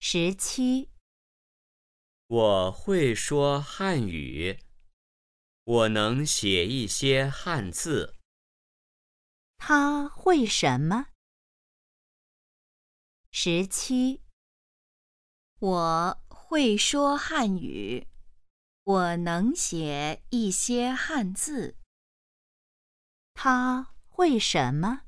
十七、我会说汉语，我能写一些汉字。他会什么？十七、我会说汉语，我能写一些汉字。他会什么？